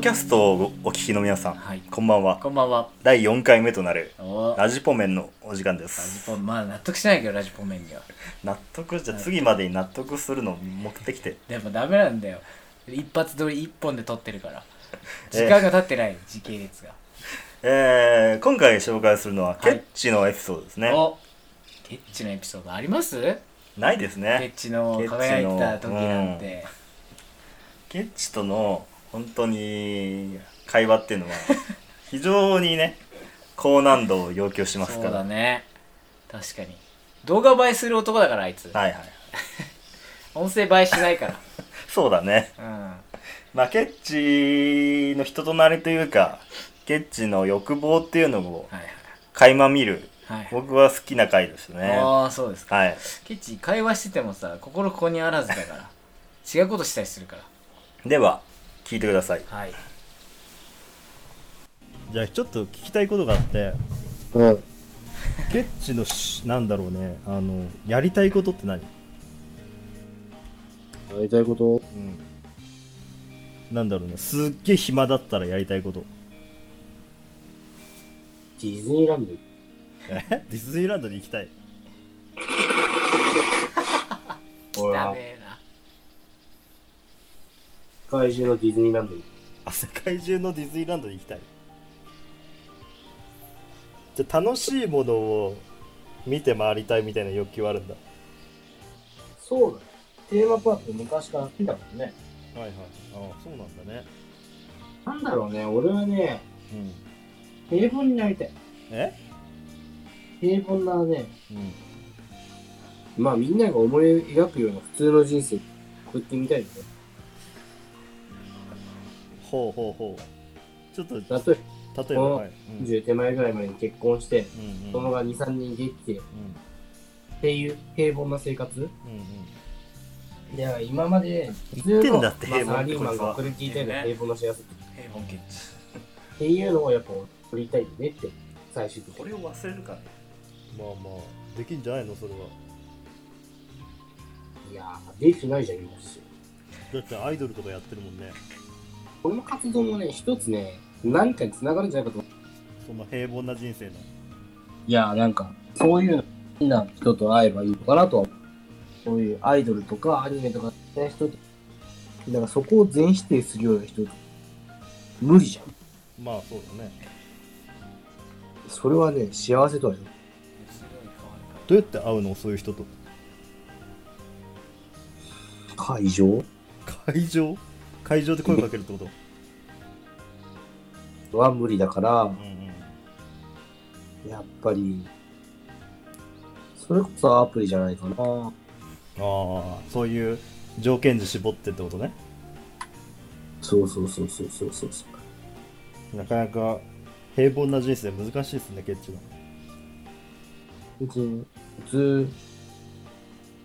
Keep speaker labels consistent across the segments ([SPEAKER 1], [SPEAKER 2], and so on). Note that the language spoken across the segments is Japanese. [SPEAKER 1] キャストをお聞きの皆さん、
[SPEAKER 2] はい
[SPEAKER 1] こんばんは
[SPEAKER 2] こんばんは。
[SPEAKER 1] 第4回目となる
[SPEAKER 2] おラ
[SPEAKER 1] ラジポメンのお時間で
[SPEAKER 2] ジ
[SPEAKER 1] す
[SPEAKER 2] ポン、まあ納得しないけど、ラジポンメンには。
[SPEAKER 1] 納得じゃあ次までに納得するの持ってきて
[SPEAKER 2] でもダメなんだよ。一発撮り一本で撮ってるから。
[SPEAKER 1] え
[SPEAKER 2] 時間が経ってない、時系列が。
[SPEAKER 1] えー、今回紹介するのはケ
[SPEAKER 2] い
[SPEAKER 1] ッチのエピソードですね、
[SPEAKER 2] おケッチのエピソードありますケ
[SPEAKER 1] ないですね
[SPEAKER 2] ッチの輝いてた時なんて。
[SPEAKER 1] ケッチとの本当に会話っていうの は非常にね高難度を要求します
[SPEAKER 2] そ
[SPEAKER 1] か
[SPEAKER 2] うだ
[SPEAKER 1] ら、
[SPEAKER 2] ね。確かに。動画映えする男だから、あいつ。
[SPEAKER 1] はいはい
[SPEAKER 2] 音声映えしないか
[SPEAKER 1] そうだね
[SPEAKER 2] ら。
[SPEAKER 1] まあ、ケッチの人となりというかケッチの欲望っていうのを
[SPEAKER 2] うん。はい
[SPEAKER 1] 垣間見る
[SPEAKER 2] はい。はい。
[SPEAKER 1] 僕は好きな回でしたね
[SPEAKER 2] ああ、そうですか。
[SPEAKER 1] はい
[SPEAKER 2] ケッチ、会話しててもさ、心ここにあらずだから。違うことしたりするから。
[SPEAKER 1] では聞いてください
[SPEAKER 2] はい。
[SPEAKER 1] じゃあちょっと聞きたいことがあって
[SPEAKER 3] うん。
[SPEAKER 1] ケッチのしなんだろうねあのやりたいことって何、
[SPEAKER 3] やりたいこと
[SPEAKER 1] うん、なんだろうねすっげえ暇だったらやりたいこと
[SPEAKER 3] ディズニーランド
[SPEAKER 1] えディズニーランドに行きたい
[SPEAKER 3] 俺
[SPEAKER 2] ダ
[SPEAKER 3] は
[SPEAKER 2] メな。
[SPEAKER 3] 世界中のディズニーランドに。
[SPEAKER 1] あ世界中のディズニーランドに行きたいじゃあ楽しいものを見て回りたいみたいな欲求はあるんだ
[SPEAKER 3] そうだね。テーマパーク昔から好きだもんね。
[SPEAKER 1] はいはいああそうなんだね
[SPEAKER 3] なんだろうね、俺はね、
[SPEAKER 1] うん
[SPEAKER 3] 平凡になりたい。
[SPEAKER 1] え
[SPEAKER 3] 平凡なね、
[SPEAKER 1] うん
[SPEAKER 3] まあみんなが思い描くような普通の人生送ってみたいよね。
[SPEAKER 1] ほうほうほうちょっと
[SPEAKER 3] 例え
[SPEAKER 1] 例えばはい、うん
[SPEAKER 3] ば10手前ぐらいまでに結婚して、
[SPEAKER 1] うん
[SPEAKER 3] 子供が2、3人できて、っ
[SPEAKER 1] うん
[SPEAKER 3] ていう平凡な生活
[SPEAKER 1] うんうん
[SPEAKER 3] いや、今までず
[SPEAKER 1] 言っ
[SPEAKER 3] って
[SPEAKER 1] ん
[SPEAKER 3] と、
[SPEAKER 1] だ
[SPEAKER 3] ま
[SPEAKER 1] って
[SPEAKER 3] あ、サラリーマンが
[SPEAKER 1] こ
[SPEAKER 3] 送
[SPEAKER 1] い
[SPEAKER 3] り聞いてる平凡な幸せっ
[SPEAKER 2] 平凡ケッチ。
[SPEAKER 3] ていうのをやっぱ送りたいよねって、最終的に。
[SPEAKER 1] を忘れるかねまあまあできんじゃないのそれはい
[SPEAKER 3] やー、できてないじゃん、今し。
[SPEAKER 1] だってアイドルとかやってるもんね
[SPEAKER 3] この活動もね、一つね、何かに繋がるんじゃないかと思う。
[SPEAKER 1] その平凡な人生の
[SPEAKER 3] いやー、なんか、そういうの好きな人と会えばいいのかなとは思う。そういうアイドルとかアニメとか好きな人と、だからそこを全否定するような人と、無理じゃん。
[SPEAKER 1] まあそうだね
[SPEAKER 3] それはね、幸せとはよ。
[SPEAKER 1] どうやって会うのそういう人と
[SPEAKER 3] 会場
[SPEAKER 1] 会場会場で声かけるってこと
[SPEAKER 3] は無理だから
[SPEAKER 1] う、んうん
[SPEAKER 3] やっぱり、それこそアプリじゃないかな。
[SPEAKER 1] ああそういう条件で絞ってってことね
[SPEAKER 3] そうそうそうそうそうそうそう。
[SPEAKER 1] なかなか平凡な人生難しいですねケッチの
[SPEAKER 3] 別に普通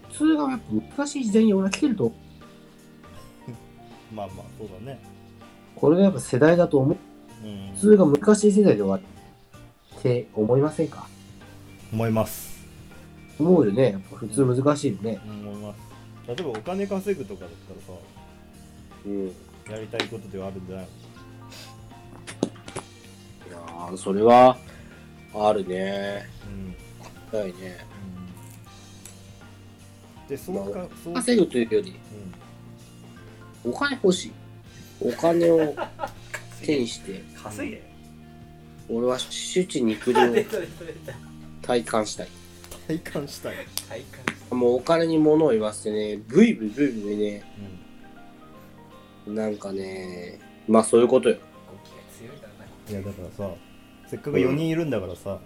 [SPEAKER 3] 普通がやっぱ難しい時代に俺は来てると
[SPEAKER 1] まあまあそうだね
[SPEAKER 3] これがやっぱ世代だと思う
[SPEAKER 1] うん
[SPEAKER 3] 普通が難しい世代で終わるって思いませんか
[SPEAKER 1] 思います、
[SPEAKER 3] 思うよねやっぱ普通難しいよね
[SPEAKER 1] うん、思います例えばお金稼ぐとかだったら
[SPEAKER 3] うんい
[SPEAKER 1] さやりたいことではあるんじゃない
[SPEAKER 3] やーそれはあるね
[SPEAKER 1] うん
[SPEAKER 3] だいね
[SPEAKER 1] でそうかそうか、
[SPEAKER 3] 稼ぐというより
[SPEAKER 1] うん、
[SPEAKER 3] お金欲しいお金 を手にして
[SPEAKER 1] 稼げ
[SPEAKER 3] 俺は手地肉量を体感したい
[SPEAKER 1] 体感したい、
[SPEAKER 2] 体
[SPEAKER 3] もうお金に物を言わせてねブイブイブイブイねなんかね、まあそういうことよ。
[SPEAKER 2] 強いからな。
[SPEAKER 1] いやだからさせっかく4人いるんだからさ、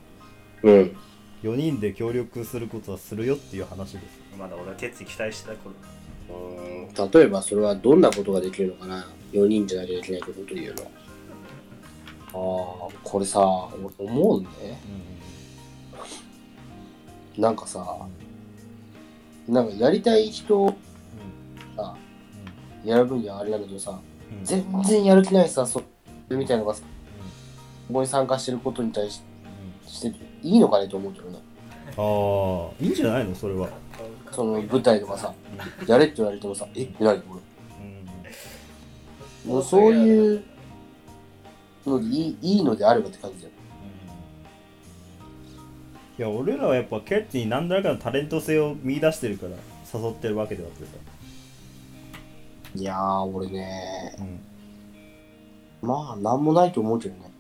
[SPEAKER 3] うん。
[SPEAKER 1] 4人で協力することはするよっていう話ですまだ俺はケッチ期待してた頃
[SPEAKER 3] 例えばそれはどんなことができるのかな ?4 人じゃなきゃできないってこと言うの。ああ、これさ、俺思うね。
[SPEAKER 1] う
[SPEAKER 3] なんかさ、なんかやりたい人さ、やる分にはあれなんだけどさ、
[SPEAKER 1] んうんうん
[SPEAKER 3] 全然やる気ないさ、そうみたいなのがさ、ここに参加してることに対し
[SPEAKER 1] う
[SPEAKER 3] していいのかねと思うけど
[SPEAKER 1] ん
[SPEAKER 3] ね。
[SPEAKER 1] ああいいんじゃないのそれは、
[SPEAKER 3] その舞台とかさ、やれって言われてもさ、え、何これ。もうそういうのでいいいいのであればって感じだよ。
[SPEAKER 1] いや俺らはやっぱケッチに何らかのタレント性を見出してるから誘ってるわけではってさ、
[SPEAKER 3] いやー、俺ね、
[SPEAKER 1] うん、
[SPEAKER 3] まあ、なんもないと思うけどね。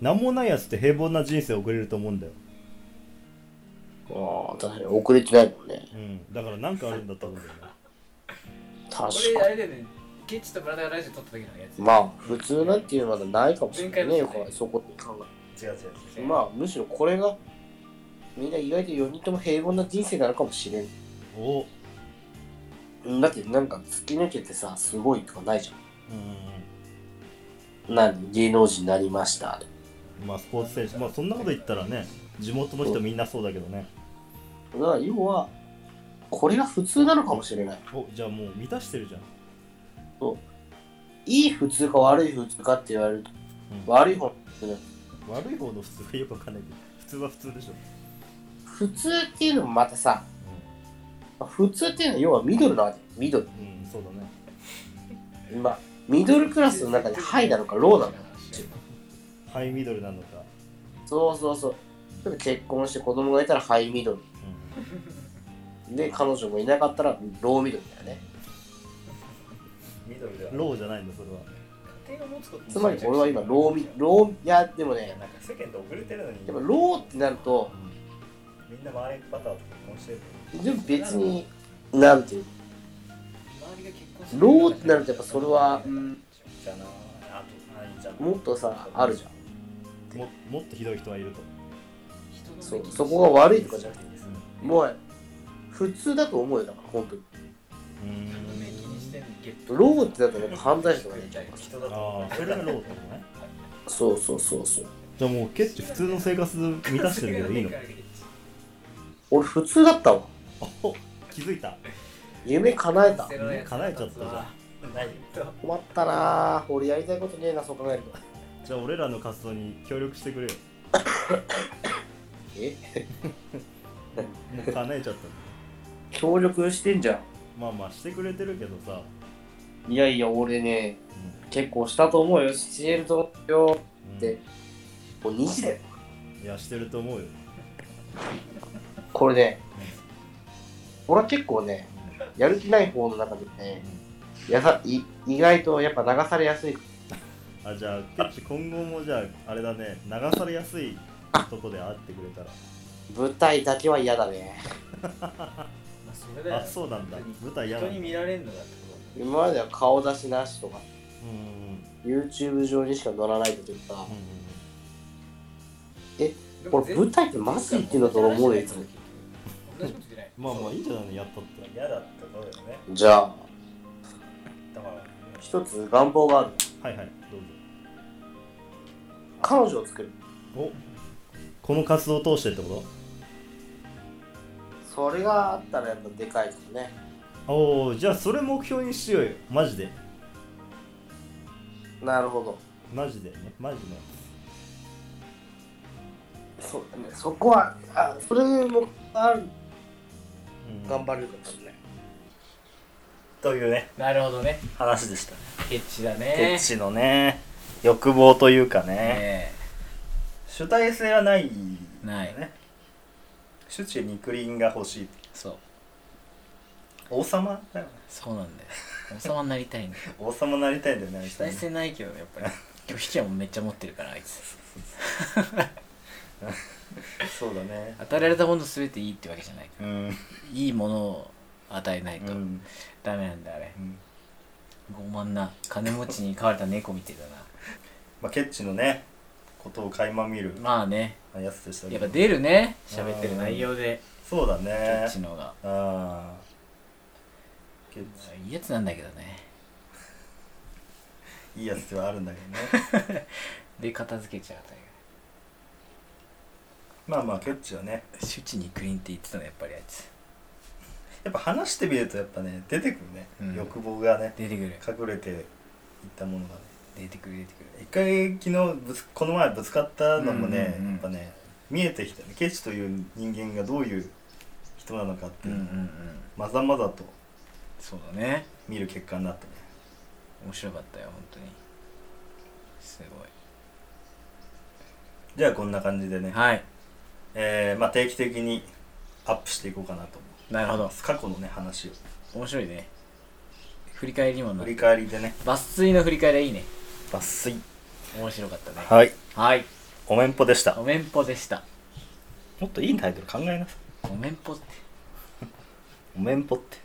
[SPEAKER 1] 何もないやつって平凡な人生を送れると思うんだよ、
[SPEAKER 3] ああ、確かに遅れてないもんね。
[SPEAKER 1] うん、だから何かあるんだと思うんだよね
[SPEAKER 3] 確
[SPEAKER 2] 俺あ
[SPEAKER 3] か
[SPEAKER 2] れだよねケッチとブラダーラジオ撮った時のやつ
[SPEAKER 3] に。まあ、普通なんていうのはまだないかもしれないね、
[SPEAKER 2] 前
[SPEAKER 3] よ
[SPEAKER 2] 回も
[SPEAKER 3] くそこって考
[SPEAKER 1] 違う違う
[SPEAKER 3] えまあ、むしろこれが、みんな意外と4人とも平凡な人生なのかもしれん。
[SPEAKER 1] おう
[SPEAKER 3] うんだってなんか突き抜けてさ、すごいとかないじ
[SPEAKER 1] ん
[SPEAKER 3] ゃん。何芸能人になりました。
[SPEAKER 1] まあスポーツ選手まあそんなこと言ったらね地元の人みんなそうだけどね
[SPEAKER 3] だから要は、これが普通なのかもしれない。
[SPEAKER 1] おじゃあもう満たしてるじゃん
[SPEAKER 3] いい普通か悪い普通かって言われると、
[SPEAKER 1] うん
[SPEAKER 3] 悪い方の普通だ
[SPEAKER 1] 悪い方の普通がよくわかんないけど普通は普通でしょ、
[SPEAKER 3] 普通っていうのもまたさ、普通っていうのは要はミドルなわけ。ミドル。
[SPEAKER 1] うん、そうだね
[SPEAKER 3] まあ、ミドルクラスの中でハイなのかローなのか。
[SPEAKER 1] ハイミドルなのか、
[SPEAKER 3] そうそうそう。ちょっと結婚して子供がいたらハイミドル。
[SPEAKER 1] う
[SPEAKER 3] で、彼女もいなかったらローミドルだよね。
[SPEAKER 2] ミドルで
[SPEAKER 1] ん、ローじゃないのそれは
[SPEAKER 2] 家庭を持つこと
[SPEAKER 3] つまり俺は今ローミ、ロー、いや、でもね、
[SPEAKER 1] なんか世間と遅れてるのに
[SPEAKER 3] やっぱローってなると、
[SPEAKER 1] みんな周りバターと結婚してる
[SPEAKER 3] でも別に、なんていう
[SPEAKER 2] 周りが結婚
[SPEAKER 3] ローってなるとやっぱそれは、
[SPEAKER 1] じゃなあとあいいじゃん
[SPEAKER 3] もっとさ、あるじゃん。
[SPEAKER 1] ももっとひどい人はいると
[SPEAKER 3] そうそこが悪いとかじゃなくて
[SPEAKER 1] うん
[SPEAKER 3] もう普通だと思うよだから本当に
[SPEAKER 1] うー
[SPEAKER 2] 人の目気に
[SPEAKER 1] ん
[SPEAKER 2] してんのゲッ
[SPEAKER 3] ローってだとやっぱ犯罪者とか出ちゃう
[SPEAKER 2] ト人だ
[SPEAKER 1] ああそれがローってことね
[SPEAKER 3] そうそうそうそう
[SPEAKER 1] じゃあもうケッチ普通の生活満たしてるけどいいの
[SPEAKER 3] 俺普通だったわ
[SPEAKER 1] あお気づいた
[SPEAKER 3] 夢叶えた
[SPEAKER 1] 叶えちゃったじゃ
[SPEAKER 2] ゃんないと
[SPEAKER 3] 困ったなあ俺やりたいことねえなそう考えると
[SPEAKER 1] じゃあ俺らの活動に協力してくれよ
[SPEAKER 3] え
[SPEAKER 1] もう叶えちゃったの
[SPEAKER 3] 協力してんじゃ
[SPEAKER 1] まあまあしてくれてるけどさ、
[SPEAKER 3] んいやいや俺ね結構したと思うよしてると思うよ
[SPEAKER 1] うん
[SPEAKER 3] でもう2時だよ
[SPEAKER 1] いやしてると思うよ、
[SPEAKER 3] これね俺は結構ねやる気ない方の中でねやさい意外とやっぱ流されやすい
[SPEAKER 1] あじゃあケッチ今後もじゃああれだね流されやすいとこで会ってくれたら
[SPEAKER 3] 舞台だけは嫌だね
[SPEAKER 2] まあそれだよ
[SPEAKER 1] あそうなんだ
[SPEAKER 2] 本当に
[SPEAKER 1] 舞台やな
[SPEAKER 2] 人に見られるのだってこ
[SPEAKER 3] 今までは顔出しなしとか
[SPEAKER 1] うんうん
[SPEAKER 3] YouTube 上にしか載らないというか
[SPEAKER 1] うんうん、
[SPEAKER 2] と
[SPEAKER 3] これ舞台ってまずいっていうのと思うやつ
[SPEAKER 2] 同じことじゃない
[SPEAKER 1] まあまあいいんじゃないのやったって
[SPEAKER 4] 嫌だったそうだよね
[SPEAKER 3] じゃあ
[SPEAKER 4] だから
[SPEAKER 3] 一つ願望がある
[SPEAKER 1] はいはいどうぞ
[SPEAKER 3] 彼女を作る
[SPEAKER 1] おこの活動を通してってこ
[SPEAKER 3] それがあったらやっぱでかいですね
[SPEAKER 1] とおおじゃあそれ目標にしようよマジで
[SPEAKER 3] なるほど
[SPEAKER 1] マジでねマジで
[SPEAKER 3] そうだねそこはあそれもある
[SPEAKER 1] うん
[SPEAKER 3] 頑張れるかもしれない
[SPEAKER 4] というね
[SPEAKER 2] なるほどね
[SPEAKER 4] 話でした
[SPEAKER 2] ケッチだ
[SPEAKER 4] ケ
[SPEAKER 2] ね
[SPEAKER 4] ッチのね欲望というかね
[SPEAKER 2] え
[SPEAKER 4] 主体性はない
[SPEAKER 2] えない
[SPEAKER 4] ね主治肉林が欲しい
[SPEAKER 2] そう
[SPEAKER 4] 王様だよね
[SPEAKER 2] そうなんだよ王様になりたいんだよ
[SPEAKER 4] 王様になりたいんだよねあい
[SPEAKER 2] 主
[SPEAKER 4] つね
[SPEAKER 2] 体性ないけどやっぱ り拒否権もめっちゃ持ってるからあいつ
[SPEAKER 4] そうだね
[SPEAKER 2] 与えられたもの全ていいってわけじゃないか
[SPEAKER 4] うん
[SPEAKER 2] らいいものを与えないうと
[SPEAKER 4] ん
[SPEAKER 2] ダメなんだあれ
[SPEAKER 4] うん
[SPEAKER 2] 傲慢な金持ちに飼われた猫みてえだな
[SPEAKER 4] まあケッチのねことを垣間見る
[SPEAKER 2] まあね
[SPEAKER 4] やつでした
[SPEAKER 2] や
[SPEAKER 4] け
[SPEAKER 2] っぱ
[SPEAKER 4] ど
[SPEAKER 2] 出るね喋ってる内容で
[SPEAKER 4] そうだ
[SPEAKER 2] ケ
[SPEAKER 4] ね
[SPEAKER 2] ッチの方が
[SPEAKER 4] あーケッ
[SPEAKER 2] いいやつなんだけどね
[SPEAKER 4] チいいやつではあるんだけどね
[SPEAKER 2] で片付けちゃうという
[SPEAKER 4] まあまあケッチはね
[SPEAKER 2] 主治にクリンって言ってたのやっぱりあいつ
[SPEAKER 4] やっぱ話してみるとやっぱね出てくるね、
[SPEAKER 2] うん
[SPEAKER 4] 欲望がね
[SPEAKER 2] 出てくる
[SPEAKER 4] 隠れていったものがね
[SPEAKER 2] 出てくる出てくる
[SPEAKER 4] 一回昨日ぶつこの前ぶつかったのもね、
[SPEAKER 2] うんうんうん
[SPEAKER 4] やっぱね見えてきたねケチという人間がどういう人なのかって
[SPEAKER 2] う
[SPEAKER 4] いう
[SPEAKER 2] んうん
[SPEAKER 4] の
[SPEAKER 2] う
[SPEAKER 4] を
[SPEAKER 2] ん
[SPEAKER 4] まざまざと
[SPEAKER 2] そうだね
[SPEAKER 4] 見る結果になったね
[SPEAKER 2] 面白かったよ本当にす
[SPEAKER 1] じゃあこんな感じでね、
[SPEAKER 2] ごいはい
[SPEAKER 1] えーまあ、定期的にアップしていこうかなと思
[SPEAKER 2] なるほど
[SPEAKER 1] う過去のね話を
[SPEAKER 2] 面白いね振り返りにもな
[SPEAKER 1] 振
[SPEAKER 2] る
[SPEAKER 1] り返りでね
[SPEAKER 2] 抜粋の振り返りはいいね
[SPEAKER 1] 抜粋
[SPEAKER 2] 面白かったね
[SPEAKER 1] はい
[SPEAKER 2] はい
[SPEAKER 1] おめんぽでした
[SPEAKER 2] おめんぽでした
[SPEAKER 1] もっといいタイトル考えなさい
[SPEAKER 2] おめんぽって
[SPEAKER 1] おめんぽって